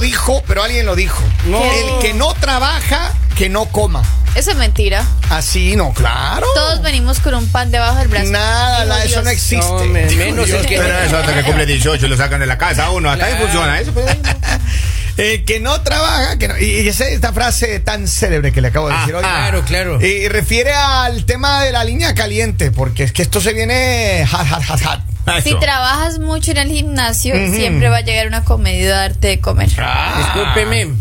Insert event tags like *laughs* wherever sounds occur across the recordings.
dijo, pero alguien lo dijo. El que no trabaja, que no coma. Eso es mentira. Así no, claro. Todos venimos con un pan debajo del brazo. Uh. Nada, Digo, la- eso Dios. no existe. No, me- Digo, menos Dios, es que- pero Pero eso hasta que cumple 18 y lo sacan de la casa a uno. Hasta ahí Claro. funciona eso. pues. *laughs* El que no trabaja, que no- y, y esa- esta frase tan célebre que le acabo de Ah, decir hoy. ah, claro, claro. Y refiere al tema de la línea caliente, porque es que esto se viene hat, hat, hat, hat. Eso. Si trabajas mucho en el gimnasio, Ujú. siempre va a llegar una comedida a darte de comer. Ah. Ah. Discúlpeme.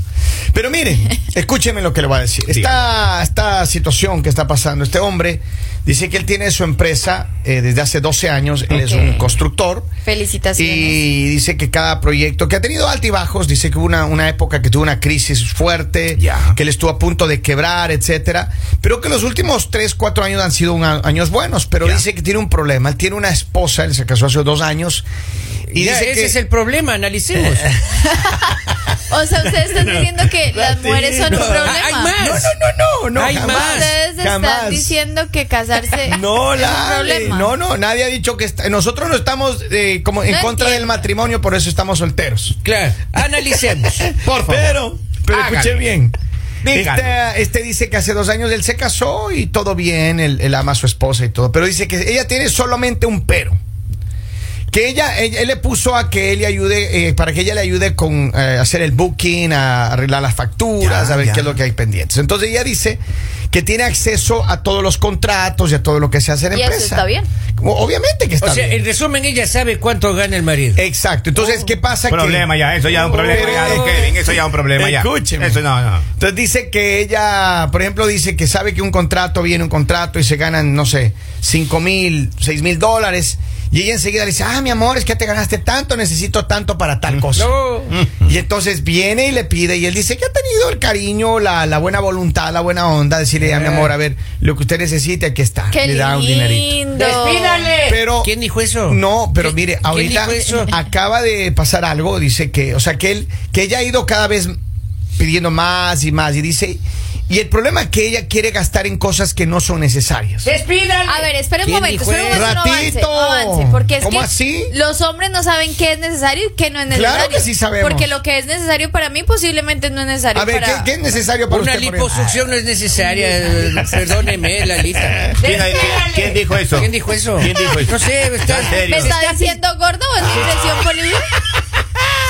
Pero *laughs* mire, escúcheme lo que le voy a decir. Esta, esta situación que está pasando, este hombre dice que él tiene su empresa eh, desde hace 12 años, él es Ok. un constructor. Felicitaciones. Y dice que cada proyecto, que ha tenido altibajos, dice que hubo una, una época que tuvo una crisis fuerte, Ya. que él estuvo a punto de quebrar, etcétera, pero que los últimos 3, 4 años han sido un a- años buenos, pero Ya. dice que tiene un problema, él tiene una esposa, él se casó hace dos años, y Ya, dice ese que... es el *laughs* problema, analicemos. O sea, ustedes están diciendo que las mujeres son un problema. Hay más. no, no, no, Hay jamás. más. Ustedes Jamás. están diciendo que casarse No, *laughs* es un la, problema. no, no, nadie ha dicho que está- nosotros no estamos eh, como en No contra del entiendo. matrimonio, por eso estamos solteros. Claro, *laughs* analicemos. Por favor. Pero, pero Hágalo. escuché bien. Dígalo. Este, este dice que hace dos años él se casó y todo bien, él, él ama a su esposa y todo, pero dice que ella tiene solamente un pero. Que ella, él, él le puso a que él le ayude, eh, para que ella le ayude con eh, hacer el booking, a arreglar las facturas, Ya, a ver ya. qué es lo que hay pendientes. Entonces ella dice que tiene acceso a todos los contratos y a todo lo que se hace en Y eso empresa. está bien. O- Obviamente que está O sea, bien. en resumen, ella sabe cuánto gana el marido. Exacto. Oh. Entonces, ¿qué pasa? que- Problema ya, eso ya es un problema ya, don Kevin, eso ya es un problema ya. Escúcheme. Eso no, no. Entonces dice que ella, por ejemplo, dice que sabe que un contrato viene un contrato y se ganan, no sé, cinco mil, seis mil dólares. Y ella enseguida le dice, ah, mi amor, es que te ganaste tanto, necesito tanto para tal cosa. Mm. No. Y entonces viene y le pide, y él dice que ha tenido el cariño, la, la buena voluntad, la buena onda, decirle, a mi amor, a ver, lo que usted necesite, aquí está. Qué le da un dinerito. lindo. Pero- ¿Quién dijo eso? No, pero ¿Qui- mire, quién ahorita dijo eso? acaba de pasar algo, dice que, o sea, que él, que ella ha ido cada vez pidiendo más y más, y dice, y el problema es que ella quiere gastar en cosas que no son necesarias. A ver, espera un ¿Quién momento, dijo espera un eso? momento, no avance, Ratito. no avance, porque es ¿Cómo que así? los hombres no saben qué es necesario y qué no es Claro necesario. que sí sabemos. Porque lo que es necesario para mí posiblemente no es necesario A ver, ¿qué, para... qué es necesario para Una usted? por ejemplo? liposucción no es *laughs* necesaria. eh, Perdóneme, Lalita. ¿Quién, quién dijo eso? ¿Quién dijo eso? ¿Quién dijo eso? No sé, está- ¿En serio? ¿Me está diciendo gordo o es mi *laughs* impresión política?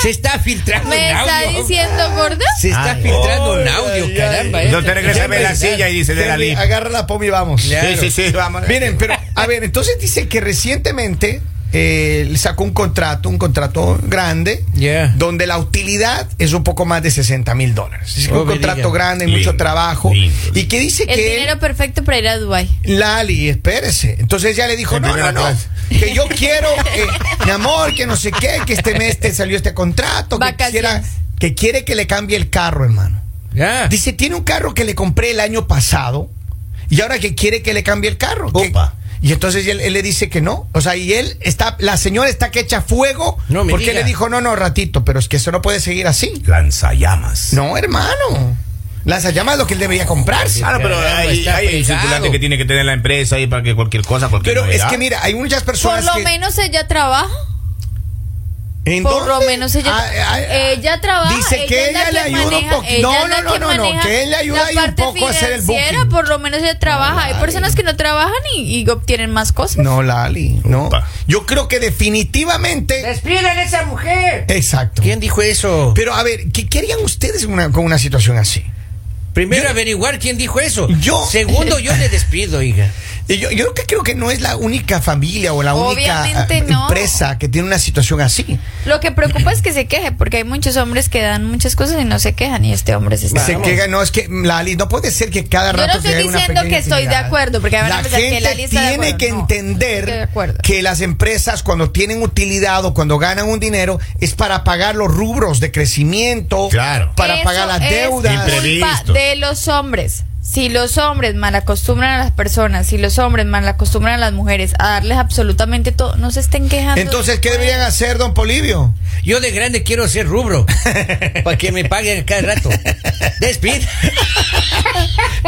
Se está filtrando ¿Me un está audio. diciendo gordo? Se está Ay. oh, filtrando un Ay, audio, ay, caramba. ay. esto- No te regreses a la silla y dice de la Henry, lip. agarra la poma y vamos. Ya. Sí, sí, sí, vamos. Miren, pero, a ver, entonces dice que recientemente eh, él sacó un contrato, un contrato grande, Yeah. donde la utilidad es un poco más de 60 mil dólares. Dice que Oh, un verilla. contrato grande, Lindo, mucho trabajo. lindo. Y que dice El que. él- dinero perfecto para ir a Dubai. Lali, espérese. Entonces ella le dijo, En no, no, primera no, clase. que yo quiero, eh, mi amor, que no sé qué, que este mes te salió este contrato, que, Vacaciones. quisiera- que quiere que le cambie el carro, hermano. Ya. Dice, tiene un carro que le compré el año pasado y ahora que quiere que le cambie el carro. que- Opa. y entonces él, él le dice que no. O sea, y él está, la señora está que echa fuego No me porque diga. le dijo, no, no, ratito, pero es que eso no puede seguir así. Lanzallamas. No, hermano. Las llamas es lo que él debería comprarse. Claro, Ah, pero Caramba, hay, está hay un pegado. circulante que tiene que tener la empresa ahí para que cualquier cosa, cualquier Pero es novedad. que mira, hay muchas Por personas lo que... menos ella trabaja. ¿En Por lo dónde? menos ella, Ah, ah, ah. ella trabaja. Dice que es la ella le ayuda un maneja- poco. ella No, es la no, no, que no, no, maneja que él le ayuda la ahí un parte poco a hacer el financiera, booking. Por lo menos ella trabaja. Hay personas que no trabajan y, y obtienen más cosas. No, Lali, no. Upa. Yo creo que definitivamente. ¡Despidan a esa mujer! Eh, Exacto. ¿Quién dijo eso? Pero a ver, ¿qué, qué harían ustedes con una, con una situación así? Primero averiguar quién dijo eso. Yo- Segundo, yo *laughs* le despido, oiga. Y yo, yo que creo que no es la única familia o la única Obviamente eh, no. empresa que tiene una situación así. Lo que preocupa es que se queje, porque hay muchos hombres que dan muchas cosas y no se quejan. Y este hombre se está. Se queja, no, es que Lali, no puede ser que cada Yo rato no estoy se haga una diciendo pequeña que estoy de actividad. acuerdo, porque van a la pensar que gente Lali está de tiene acuerdo. que No, entender estoy de acuerdo. que las empresas cuando tienen utilidad o cuando ganan un dinero es para pagar los rubros de crecimiento, Claro. para Eso pagar las es deudas. Imprevi- culpa Imprevistos. de los hombres. si los hombres mal acostumbran a las personas, si los hombres mal acostumbran a las mujeres a darles absolutamente todo, no se estén quejando. Entonces, ¿qué deberían hacer, don Polivio? Yo de grande quiero ser *laughs* rubro. para que me paguen cada rato. Despid.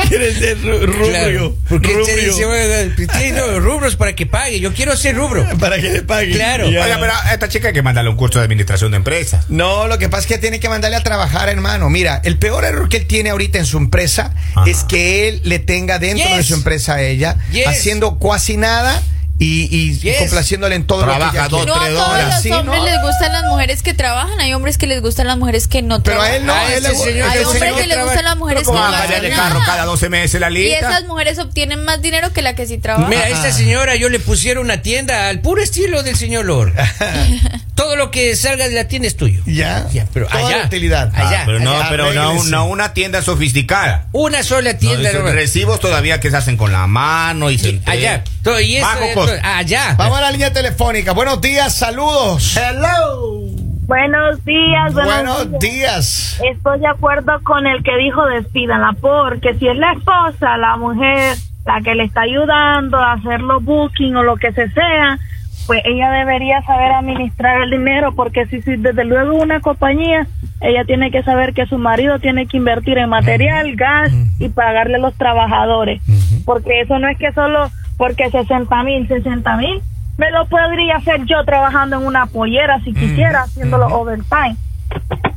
Quieres ser ru- rubio. Claro, porque rubio. usted dice, "Bueno, sí, no, rubros para que pague. Yo quiero ser rubro. Para que le paguen. Claro. Ya. Oiga, pero a esta chica hay que mandarle un curso de administración de empresas. No, lo que pasa es que tiene que mandarle a trabajar, hermano. Mira, el peor error que él tiene ahorita en su empresa Ajá. es que él le tenga dentro de Yes. su empresa a ella, Yes. haciendo cuasi nada y, y Yes. complaciéndole en todo lo que Trabaja ella dos, quiere. No a tres todos horas, los ¿sí, hombres no? les gustan las mujeres que trabajan, hay hombres que les gustan las mujeres que no Pero trabajan. a él no, Ah, a él ese le- señor- ese Hay hombres señor que le traba- gustan las mujeres Pero que no ¿cómo va a cambiar hacen de carro nada. cada 12 meses la Y lista. esas mujeres obtienen más dinero que la que sí Ah. trabaja. Mira, esta señora yo le pusiera una tienda al puro estilo del *laughs* señor Lord. Todo lo que salga de la tienda es tuyo. Ya, Ya, pero Toda allá. la utilidad. Ah, allá, pero no, allá, pero no, arréglese. no una tienda sofisticada. Una sola No, tienda. esos hermano. recibos todavía que se hacen con la mano y se Y- allá. entregan. Todo- y eso- Bajo eh, costo. todo- allá. Vamos a la línea telefónica. Buenos días, saludos. Buenos días, buenos, Buenos días. Estoy de acuerdo con el que dijo despídanla, porque si es la esposa, la mujer, la que le está ayudando a hacer los booking o lo que se sea, pues ella debería saber administrar el dinero, porque si, si desde luego una compañía, ella tiene que saber que su marido tiene que invertir en material, gas y pagarle a los trabajadores, porque eso no es que solo porque 60 mil, 60 mil, me lo podría hacer yo trabajando en una pollera si quisiera, haciéndolo overtime.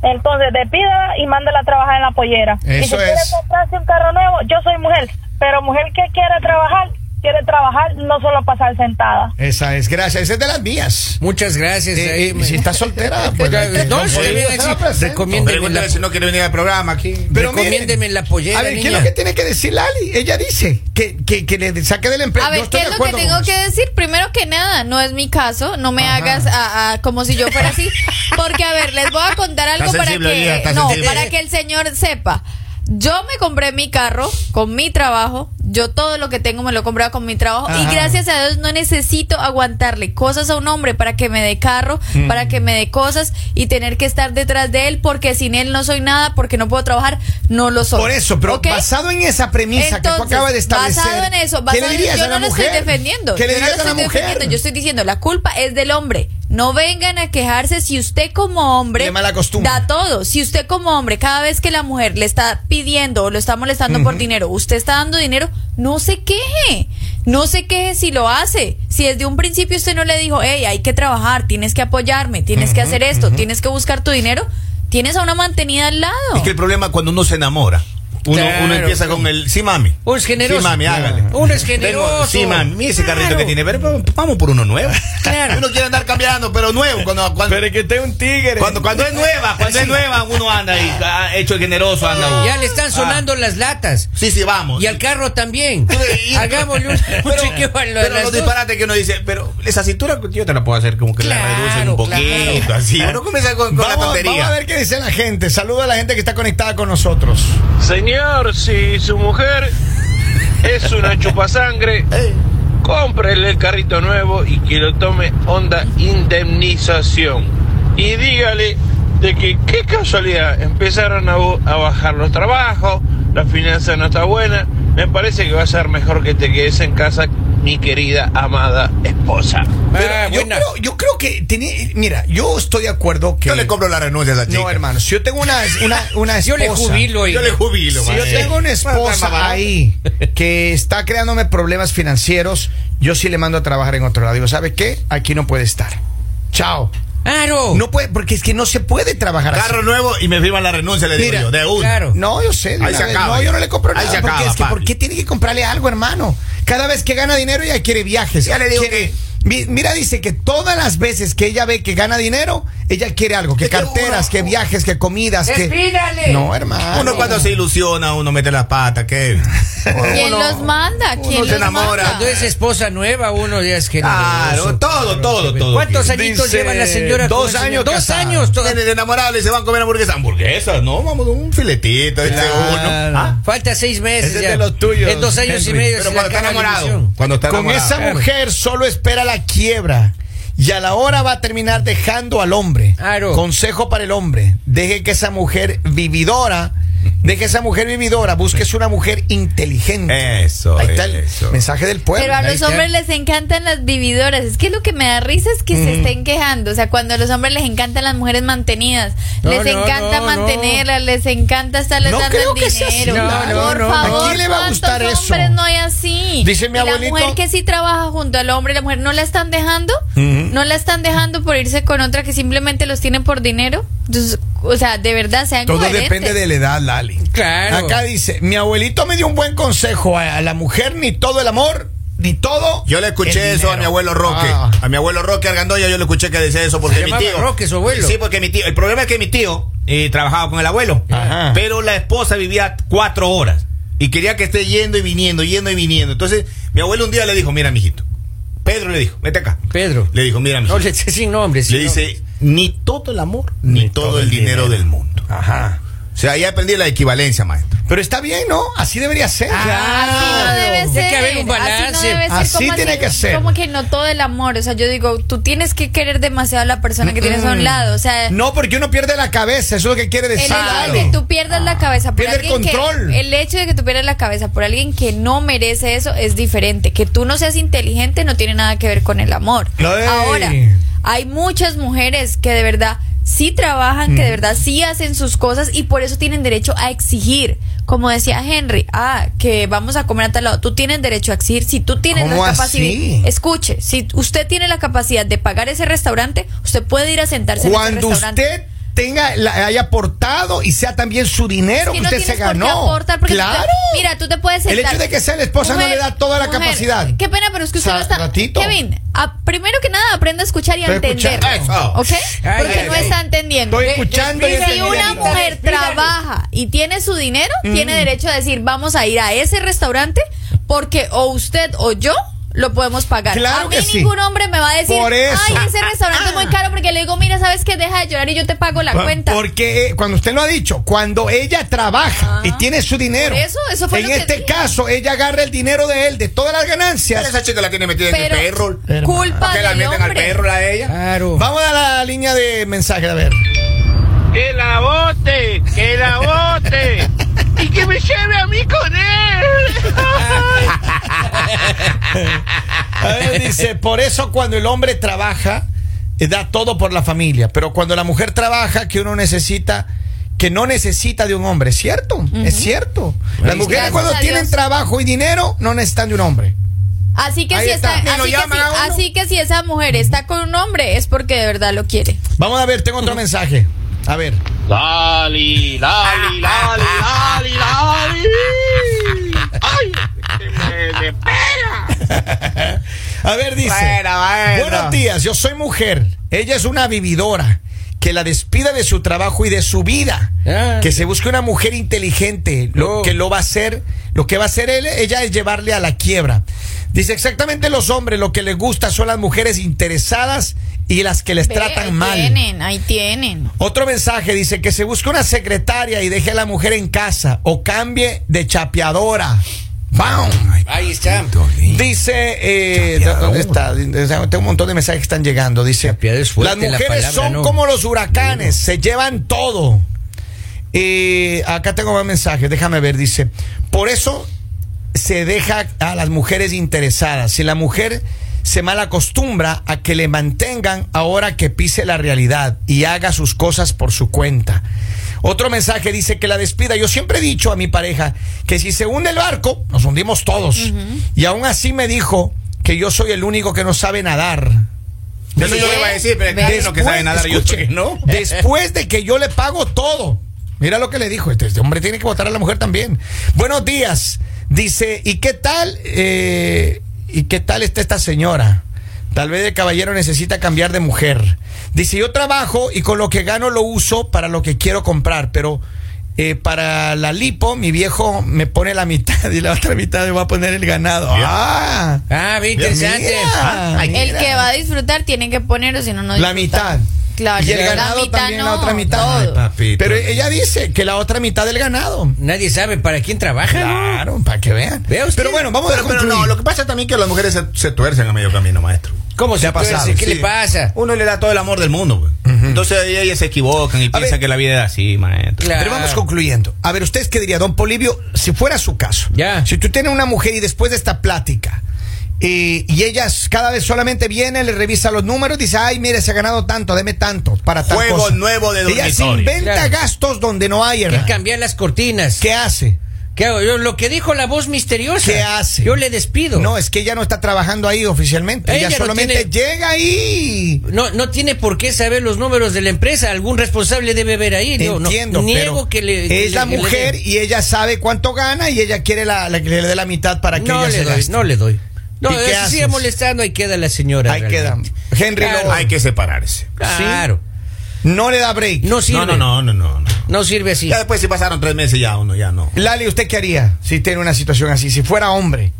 Entonces, despídala y mándela a trabajar en la pollera. y si Eso quiere es. comprarse un carro nuevo, yo soy mujer, pero mujer que quiere trabajar, quiere trabajar, no solo pasar sentada. Esa es, gracias. Esa es de las mías. Muchas gracias. ahí Eh, y me- si está *laughs* soltera, pues, Oiga, que- no, don sí, Polibio sí, se la presento. recomiendo- Pregúntale si no quiere venir al programa aquí. Pero Recomiéndeme miren, la pollera, A ver, ¿qué es niña? lo que tiene que decir Lali? Ella dice que, que, que le saque de la empresa. A ver, Yo estoy ¿qué es de lo que acuerdo con tengo eso. que decir? Primero que nada, no es mi caso, no me Ajá. hagas a- a- como si yo fuera así, porque a ver, les voy a contar algo Está para sensible, Olivia, que está no, sensible. para que el señor sepa. Yo me compré mi carro con mi trabajo, yo todo lo que tengo me lo he comprado con mi trabajo y Ajá. gracias a Dios no necesito aguantarle cosas a un hombre para que me dé carro, Mm. para que me dé cosas y tener que estar detrás de él porque sin él no soy nada, porque no puedo trabajar, no lo soy. Por eso, pero ¿Ok? basado en esa premisa que tú Entonces, acabas de establecer. Basado en eso, ¿qué basado le en- dirías yo a la no lo estoy mujer? defendiendo. ¿Qué le yo no dirías lo a estoy la mujer? defendiendo. Yo estoy diciendo, la culpa es del hombre. No vengan a quejarse si usted como hombre Le mala costumbre. da todo. Si usted como hombre, cada vez que la mujer le está pidiendo o lo está molestando por dinero, usted está dando dinero, no se queje. No se queje si lo hace. Si desde un principio usted no le dijo, hey, hay que trabajar, tienes que apoyarme, tienes que hacer esto, tienes que buscar tu dinero, tienes a una mantenida al lado. Es que el problema es cuando uno se enamora. Uno, Claro. uno empieza con el. Sí, mami. Uno es generoso. Sí, mami, hágale. Uno es Tengo- generoso. sí, mami. Mira ese carrito Claro. que tiene. Pero pero vamos por uno nuevo. Claro. Uno quiere andar cambiando, pero nuevo. Cuando, cuando, Pero es que esté un tigre. cuando, cuando es nueva, cuando es nueva, uno anda ahí. ah, hecho el generoso, anda. Ya le están sonando las latas. Sí, sí, vamos. Y al carro también. Y- Hagámosle *laughs* un, un pero, chequeo a lo- a pero las dos. los disparates que uno dice, pero esa cintura yo te la puedo hacer como que la Claro, reducen un poquito, claro. así. Uno comienza con, con la Vamos, tontería. vamos a ver qué dice la gente. Saludo a la gente que está conectada con nosotros. Señor, si su mujer es una chupasangre, cómprele el carrito nuevo y que lo tome onda indemnización. Y dígale de que qué casualidad empezaron a, bo- a bajar los trabajos, la finanza no está buena. Me parece que va a ser mejor que te quedes en casa, mi querida amada esposa. Pero Ah, yo, buena. creo, yo creo que tiene- mira, yo estoy de acuerdo que Yo le compro la renuncia a esa chica. No, hermano, si yo tengo una una una esposa, Yo le jubilo. Yo le jubilo, Si yo maestro. tengo una Más esposa barato. ahí que está creándome problemas financieros, yo sí le mando a trabajar en otro lado. Digo, ¿sabe qué? Aquí no puede estar. Chao. Claro. No puede, porque es que no se puede trabajar así. Carro nuevo y me firman la renuncia, le digo Mira, yo, de uno. claro. No, yo sé. de Ahí una se vez, acaba. No, yo no le compro Ahí nada. se porque acaba, es que, ¿por papi. qué tiene que comprarle algo, hermano? Cada vez que gana dinero, ella quiere viajes. Ya le digo quiere- que- Mi- Mira, dice que todas las veces que ella ve que gana dinero, ella quiere algo. Que Es que carteras, uno- que viajes, que comidas, que... Despídale. Ah, No, hermano. Uno cuando se ilusiona, uno mete las patas, Kevin. ¿Quién Uno- los manda? ¿Quién uno los se enamora. manda? Cuando es esposa nueva, uno ya es generoso. Claro, todo, todo, todo. ¿Cuántos añitos Dice, lleva la señora? con dos el señor? años Dos casada. años. toda- Vienen enamorables y se van a comer hamburguesas. Hamburguesas, no, vamos un filetito, este Claro. uno. Ah, Falta seis meses. Ese es ya. de los tuyos, En dos años Henry. y medio. Pero se le cuando está acaba la enamorado, ilusión. cuando está Con enamorado. esa mujer solo espera la quiebra. Y a la hora va a terminar dejando al hombre. Claro. Consejo para el hombre. Deje que esa mujer vividora Deje esa mujer vividora, búsquese una mujer inteligente. Eso, Ahí está el eso. mensaje del pueblo. Pero a Ahí los está. hombres les encantan las vividoras. Es que lo que me da risa es que se estén quejando. O sea, cuando a los hombres les encantan las mujeres mantenidas, No, les no, encanta no, mantenerlas, les encanta estarles No dando creo el que sea así, dinero. no, no, Por no, no. favor, ¿A quién le va a ¿cuántos gustar eso? hombres no hay así? Dice mi Y abuelito- La mujer que sí trabaja junto al hombre, la mujer no la están dejando, no la están dejando por irse con otra que simplemente los tiene por dinero. Entonces, o sea, de verdad sean Todo coherentes. depende de la edad, Lali. Claro. Acá dice, mi abuelito me dio un buen consejo a a la mujer, ni todo el amor, ni todo. Yo le escuché el eso a dinero". mi abuelo Roque. Ah. A mi abuelo Roque Argandoya yo le escuché que decía eso porque mi llamaba tío. Roque, su abuelo. Sí, porque mi tío. El problema es que mi tío eh, trabajaba con el abuelo. Ajá. Pero la esposa vivía cuatro horas. Y quería que esté yendo y viniendo, yendo y viniendo. Entonces, mi abuelo un día le dijo, mira, mijito. Pedro le dijo, vete acá. Pedro. Le dijo, mira, mijito. No, le sin nombre. sin le dice, ni todo el amor, ni, todo, el dinero, del mundo. Ajá. O sea, ahí aprendí la equivalencia, maestro. Pero está bien, ¿no? Así debería ser. Ah, Así no debe Tiene ser. que haber un Así, balance. no debe ser. Así ¿Cómo tiene que ser. Como que no todo el amor. O sea, yo digo, tú tienes que querer demasiado a la persona que tienes a Mm. un lado. O *laughs* sea, No, porque uno pierde la cabeza, eso es lo que quiere el decir. hecho de que tú pierdas la cabeza por Pierde el alguien control. que el hecho de que tú pierdas la cabeza por alguien que no merece eso es diferente. Que tú no seas inteligente no tiene nada que ver con el amor. Ey. Ahora, hay muchas mujeres que de verdad sí trabajan, Mm. que de verdad sí hacen sus cosas y por eso tienen derecho a exigir. Como decía Henry, ah, que vamos a comer a tal lado. Tú tienes derecho a exigir. Si tú tienes la ¿Cómo así? capacidad, escuche, si usted tiene la capacidad de pagar ese restaurante, usted puede ir a sentarse en ese Cuando restaurante. usted tenga la- haya aportado y sea también su dinero que, Es que no usted se tienes por qué ganó. aportar, porque tú te- claro. mira, tú te puedes El sentar. hecho de que sea la esposa no Mujer, le da toda la mujer, capacidad. Qué pena, pero es que O usted sea, no está. ratito. Kevin, a- primero que nada, aprenda a escuchar y a Estoy entender. escuchando. Eso. ¿Ok? Ay, Porque ay, no ay. está entendiendo. Estoy escuchando y Si entendiendo. Mm. una mujer trabaja y tiene su dinero, tiene derecho a decir, vamos a ir a ese restaurante porque o usted o yo lo podemos pagar. Claro a mí que sí. ningún hombre me va a decir, Por eso. Ah. ay, ese restaurante es muy caro porque le digo, mira, ¿sabes qué? Deja de llorar y yo te pago la Pa- cuenta. Porque eh, cuando usted lo ha dicho, cuando ella trabaja y tiene su dinero, Ah. Por eso, eso fue en lo que este dije. caso ella agarra el dinero de él, de todas las ganancias. Esa chica la tiene metida Pero en el perro. culpa Que la del meten al hombre. perro a ella. Claro. Vamos a la línea de mensaje, a ver. ¡Que la bote! ¡Que la bote! ¡Y que me lleve a mí con él! A ver, dice, por eso cuando el hombre trabaja, eh, da todo por la familia, pero cuando la mujer trabaja, que uno necesita, que no necesita de un hombre, ¿cierto? Es cierto. Las mujeres Gracias cuando a tienen Dios. trabajo y dinero, no necesitan de un hombre. Así que, Ahí si está. está, Me lo así, que llaman si- a uno. así que si esa mujer está con un hombre es porque de verdad lo quiere. Vamos a ver, tengo otro mensaje. A ver. Lali, Lali, Lali, Lali, Lali. Ay, que me, me pega. A ver, dice. Bueno, bueno. Buenos días, yo soy mujer. Ella es una vividora. Que la despida de su trabajo y de su vida. Ah. Que se busque una mujer inteligente. Lo Oh. que lo va a hacer, lo que va a hacer él, ella es llevarle a la quiebra. Dice exactamente los hombres, lo que les gusta son las mujeres interesadas y las que les Ve, ahí tratan mal. Tienen, ahí tienen. Otro mensaje dice que se busque una secretaria y deje a la mujer en casa o cambie de chapeadora. ¡Bam! Ahí está. Dice, eh, ¿dónde está? Dice, Tengo un montón de mensajes que están llegando. Dice, Chapeada es las fuerte, la mujeres palabra, son ¿no? como los huracanes, se llevan todo. Y Eh, acá tengo más mensajes, déjame ver, dice, por eso se deja a las mujeres interesadas. Si la mujer se mal acostumbra a que le mantengan ahora que pise la realidad y haga sus cosas por su cuenta. Otro mensaje dice que la despida. Yo siempre he dicho a mi pareja que si se hunde el barco, nos hundimos todos. Y aún así me dijo que yo soy el único que no sabe nadar. Eso yo le iba a decir, pero Ve. es lo que sabe nadar yo. escuche, ¿no? Después de que yo le pago todo. Mira lo que le dijo. Este, este hombre tiene que votar a la mujer también. Buenos días. Dice, ¿y qué tal? eh, ¿Y qué tal está esta señora? Tal vez el caballero necesita cambiar de mujer. Dice, yo trabajo y con lo que gano lo uso para lo que quiero comprar, pero eh, para la lipo mi viejo me pone la mitad *laughs* y la otra mitad me va a poner el ganado. Ah, Ah, bien interesante. mira, El mira. que va a disfrutar tiene que ponerlo, si no, no La disfruta. mitad. Claro, y el la ganado mitad también, la no, otra mitad. todo. Ay, papito. Pero ella dice que la otra mitad del ganado. Nadie sabe para quién trabaja. ¿no? Claro, para que vean. Vea usted. Pero bueno, vamos a Pero, pero concluir. no, lo que pasa también es que las mujeres se, se tuercen a medio camino, maestro. ¿Cómo se ha tuerce? pasado? ¿Qué Sí. le pasa? Uno le da todo el amor del mundo, pues. Entonces ahí ellas se equivocan y piensan ver. que la vida es así, maestro. Claro. Pero vamos concluyendo. A ver, ¿ustedes qué diría, don Polivio, si fuera su caso? Ya. Si tú tienes una mujer y después de esta plática, eh, y ellas cada vez solamente viene, le revisa los números, dice, ay, mire, se ha ganado tanto, deme tanto, para tal Juego cosa". nuevo de Ella se dormitorio. inventa Claro. gastos donde no hay, Hay que hermano. cambiar las cortinas. ¿Qué hace? ¿Qué hago? Yo, lo que dijo la voz misteriosa. ¿Qué hace? Yo le despido. No, es que ella no está trabajando ahí oficialmente. Ella, Ella no solamente tiene- llega ahí. No, no tiene por qué saber los números de la empresa. Algún responsable debe ver ahí. Digo, no, Entiendo, niego pero que le. que es la le- que le mujer dé. y ella sabe cuánto gana y ella quiere la, la que le dé la mitad para que No ella le se doy, gaste. no le doy. No, ¿Y qué eh, haces? sigue molestando, ahí queda la señora. Ahí realmente. queda. Henry Claro. Lobo. Hay que separarse. Claro. No le da break. No sirve. No, no, no, no, no. no. No sirve así. Ya después si pasaron tres meses ya uno, ya no. Lali, ¿usted qué haría si tiene una situación así? Si fuera hombre.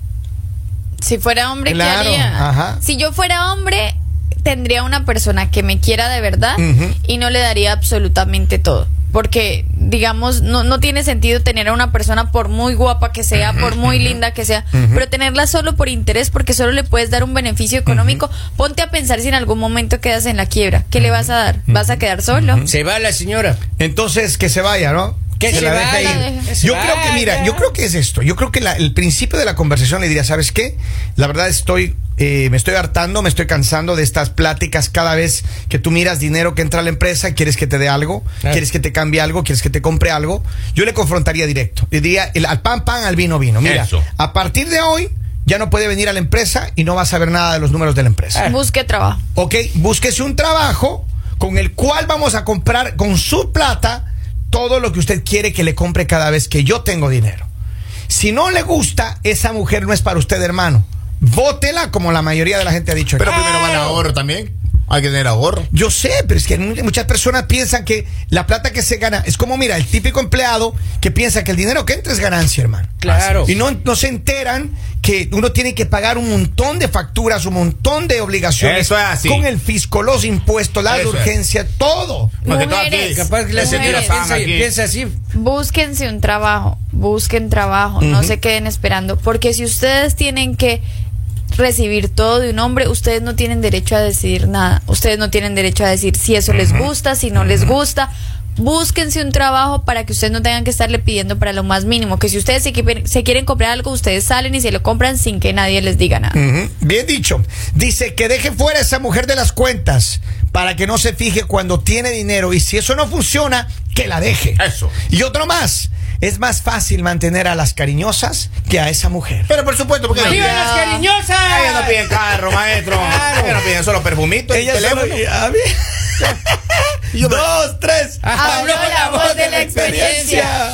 Si fuera hombre, Claro, ¿qué haría? ajá. Si yo fuera hombre, tendría una persona que me quiera de verdad Ujú. y no le daría absolutamente todo. Porque, digamos, no, no tiene sentido tener a una persona por muy guapa que sea, por muy linda que sea, pero tenerla solo por interés, porque solo le puedes dar un beneficio económico. Ponte a pensar si en algún momento quedas en la quiebra. ¿Qué le vas a dar? ¿Vas a quedar solo? Se va la señora. Entonces, que se vaya, ¿no? Que se la vaya. deje ir. Que se Yo creo que, vaya. mira, yo creo que es esto. Yo creo que la- el principio de la conversación le diría, ¿sabes qué? La verdad estoy, eh, me estoy hartando, me estoy cansando de estas pláticas cada vez que tú miras dinero que entra a la empresa, quieres que te dé algo, Claro. quieres que te cambie algo, quieres que te compre algo. Yo le confrontaría directo. Le diría, el- al pan, pan, al vino, vino. Mira, Eso. a partir de hoy ya no puede venir a la empresa y no va a saber nada de los números de la empresa. Busque trabajo. Ok, búsquese un trabajo con el cual vamos a comprar con su plata todo lo que usted quiere que le compre cada vez que yo tengo dinero. Si no le gusta, esa mujer no es para usted, hermano. Vótela como la mayoría de la gente ha dicho. aquí. Ah. Pero primero va el ahorro también. Hay que tener ahorro. Yo sé, pero es que mu- muchas personas piensan que la plata que se gana es como, mira, el típico empleado que piensa que el dinero que entra es ganancia, hermano. Claro. Y no, no se enteran que uno tiene que pagar un montón de facturas, un montón de obligaciones. Eso es así. Con el fisco, los impuestos, la Eso es. urgencia, todo. Porque todo aquí- Mujeres, Capaz que la mujeres. señora piensa, piensa así. Búsquense un trabajo, busquen trabajo, no se queden esperando, porque si ustedes tienen que recibir todo de un hombre, ustedes no tienen derecho a decidir nada, ustedes no tienen derecho a decir si eso les gusta, si no les gusta. Búsquense un trabajo para que ustedes no tengan que estarle pidiendo para lo más mínimo, que si ustedes se, quieren- se quieren comprar algo, ustedes salen y se lo compran sin que nadie les diga nada. Ujú, Bien dicho. Dice que deje fuera a esa mujer de las cuentas para que no se fije cuando tiene dinero y si eso no funciona, que la deje. Eso. Y otro más. Es más fácil mantener a las cariñosas que a esa mujer. Pero por supuesto, porque no ¡Viva piden- las cariñosas! Ellas no piden carro, maestro. Claro. Ellas no piden solo perfumitos y Ella teléfono. solo- a *laughs* mí- Dos, tres. Ah. Habló la voz de la experiencia.